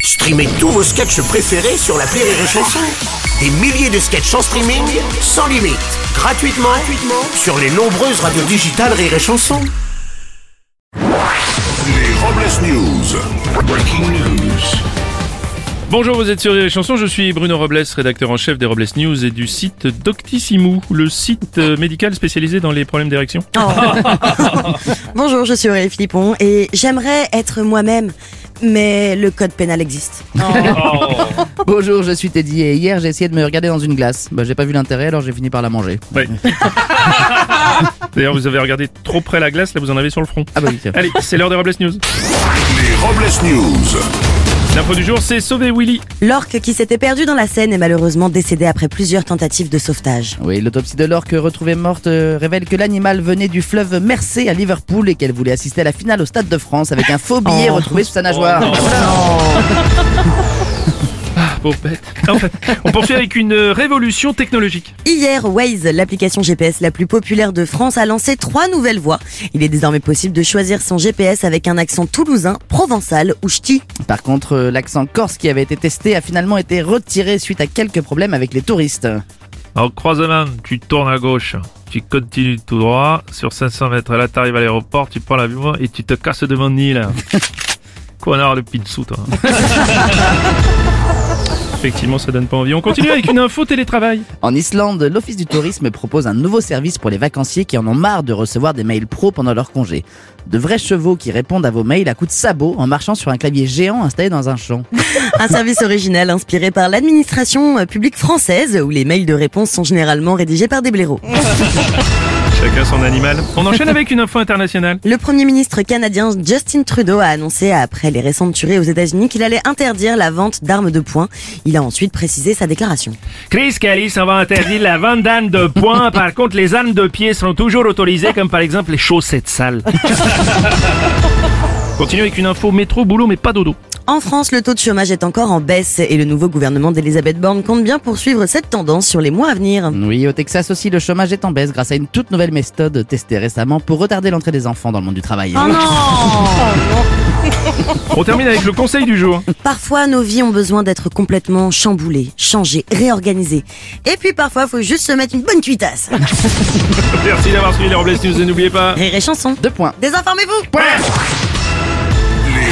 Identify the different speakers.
Speaker 1: Streamez tous vos sketchs préférés sur la Rire et Chanson. Des milliers de sketchs en streaming, sans limite, gratuitement, gratuitement sur les nombreuses radios digitales Rire et Chanson.
Speaker 2: Les Robles News. Breaking news.
Speaker 3: Bonjour, vous êtes sur Rire et Chanson, je suis Bruno Robles, rédacteur en chef des Robles News et du site Doctissimo, le site euh, médical spécialisé dans les problèmes d'érection.
Speaker 4: Bonjour, je suis Aurélie Philippon et j'aimerais être moi-même, mais le code pénal existe.
Speaker 5: Bonjour, je suis Teddy et hier j'ai essayé de me regarder dans une glace. Bah j'ai pas vu l'intérêt alors j'ai fini par la manger.
Speaker 3: Ouais. D'ailleurs, vous avez regardé trop près la glace, là vous en avez sur le front.
Speaker 5: Ah bah oui, tiens.
Speaker 3: Allez, c'est l'heure des Robles News.
Speaker 2: Les Robles News.
Speaker 3: L'info du jour, c'est Sauver Willy.
Speaker 4: L'orque qui s'était perdu dans la Seine est malheureusement décédé après plusieurs tentatives de sauvetage.
Speaker 5: Oui, l'autopsie de l'orque retrouvée morte euh, révèle que l'animal venait du fleuve Mersey à Liverpool et qu'elle voulait assister à la finale au Stade de France avec un faux billet
Speaker 4: Oh.
Speaker 5: retrouvé sous sa nageoire.
Speaker 3: Ah, pauvre bête. Enfin, on poursuit avec une euh, révolution technologique.
Speaker 4: Hier, Waze, l'application GPS la plus populaire de France, a lancé trois nouvelles voies. Il est désormais possible de choisir son GPS avec un accent toulousain, provençal ou ch'ti.
Speaker 5: Par contre, euh, l'accent corse qui avait été testé a finalement été retiré suite à quelques problèmes avec les touristes.
Speaker 6: En croisement, tu tournes à gauche, tu continues tout droit, sur 500 mètres là, t'arrives à l'aéroport, tu prends l'avion et tu te casses de mon île. Connard le pinsou, toi.
Speaker 3: Effectivement, ça donne pas envie. On continue avec une info télétravail.
Speaker 5: En Islande, l'Office du tourisme propose un nouveau service pour les vacanciers qui en ont marre de recevoir des mails pro pendant leur congé. De vrais chevaux qui répondent à vos mails à coups de sabots en marchant sur un clavier géant installé dans un champ.
Speaker 4: Un service original inspiré par l'administration euh, publique française, où les mails de réponse sont généralement rédigés par des blaireaux.
Speaker 3: Chacun son animal. On enchaîne avec une info internationale.
Speaker 4: Le Premier ministre canadien Justin Trudeau a annoncé après les récentes tueries aux États-Unis qu'il allait interdire la vente d'armes de poing. Il a ensuite précisé sa déclaration.
Speaker 6: Chris Kelly s'en va interdire la vente d'armes de poing. Par contre, les armes de pied seront toujours autorisées, comme par exemple les chaussettes sales.
Speaker 3: Continue avec une info métro, boulot, mais pas dodo.
Speaker 4: En France, le taux de chômage est encore en baisse et le nouveau gouvernement d'Elisabeth Borne compte bien poursuivre cette tendance sur les mois à venir.
Speaker 5: Oui, au Texas aussi, le chômage est en baisse grâce à une toute nouvelle méthode testée récemment pour retarder l'entrée des enfants dans le monde du travail.
Speaker 4: Oh
Speaker 3: On termine avec le conseil du jour.
Speaker 4: Parfois, nos vies ont besoin d'être complètement chamboulées, changées, réorganisées. Et puis parfois, faut juste se mettre une bonne cuitasse.
Speaker 3: Merci d'avoir suivi les Robles News et n'oubliez pas.
Speaker 4: Rire et chanson.
Speaker 5: Deux points.
Speaker 4: Désinformez-vous
Speaker 2: Les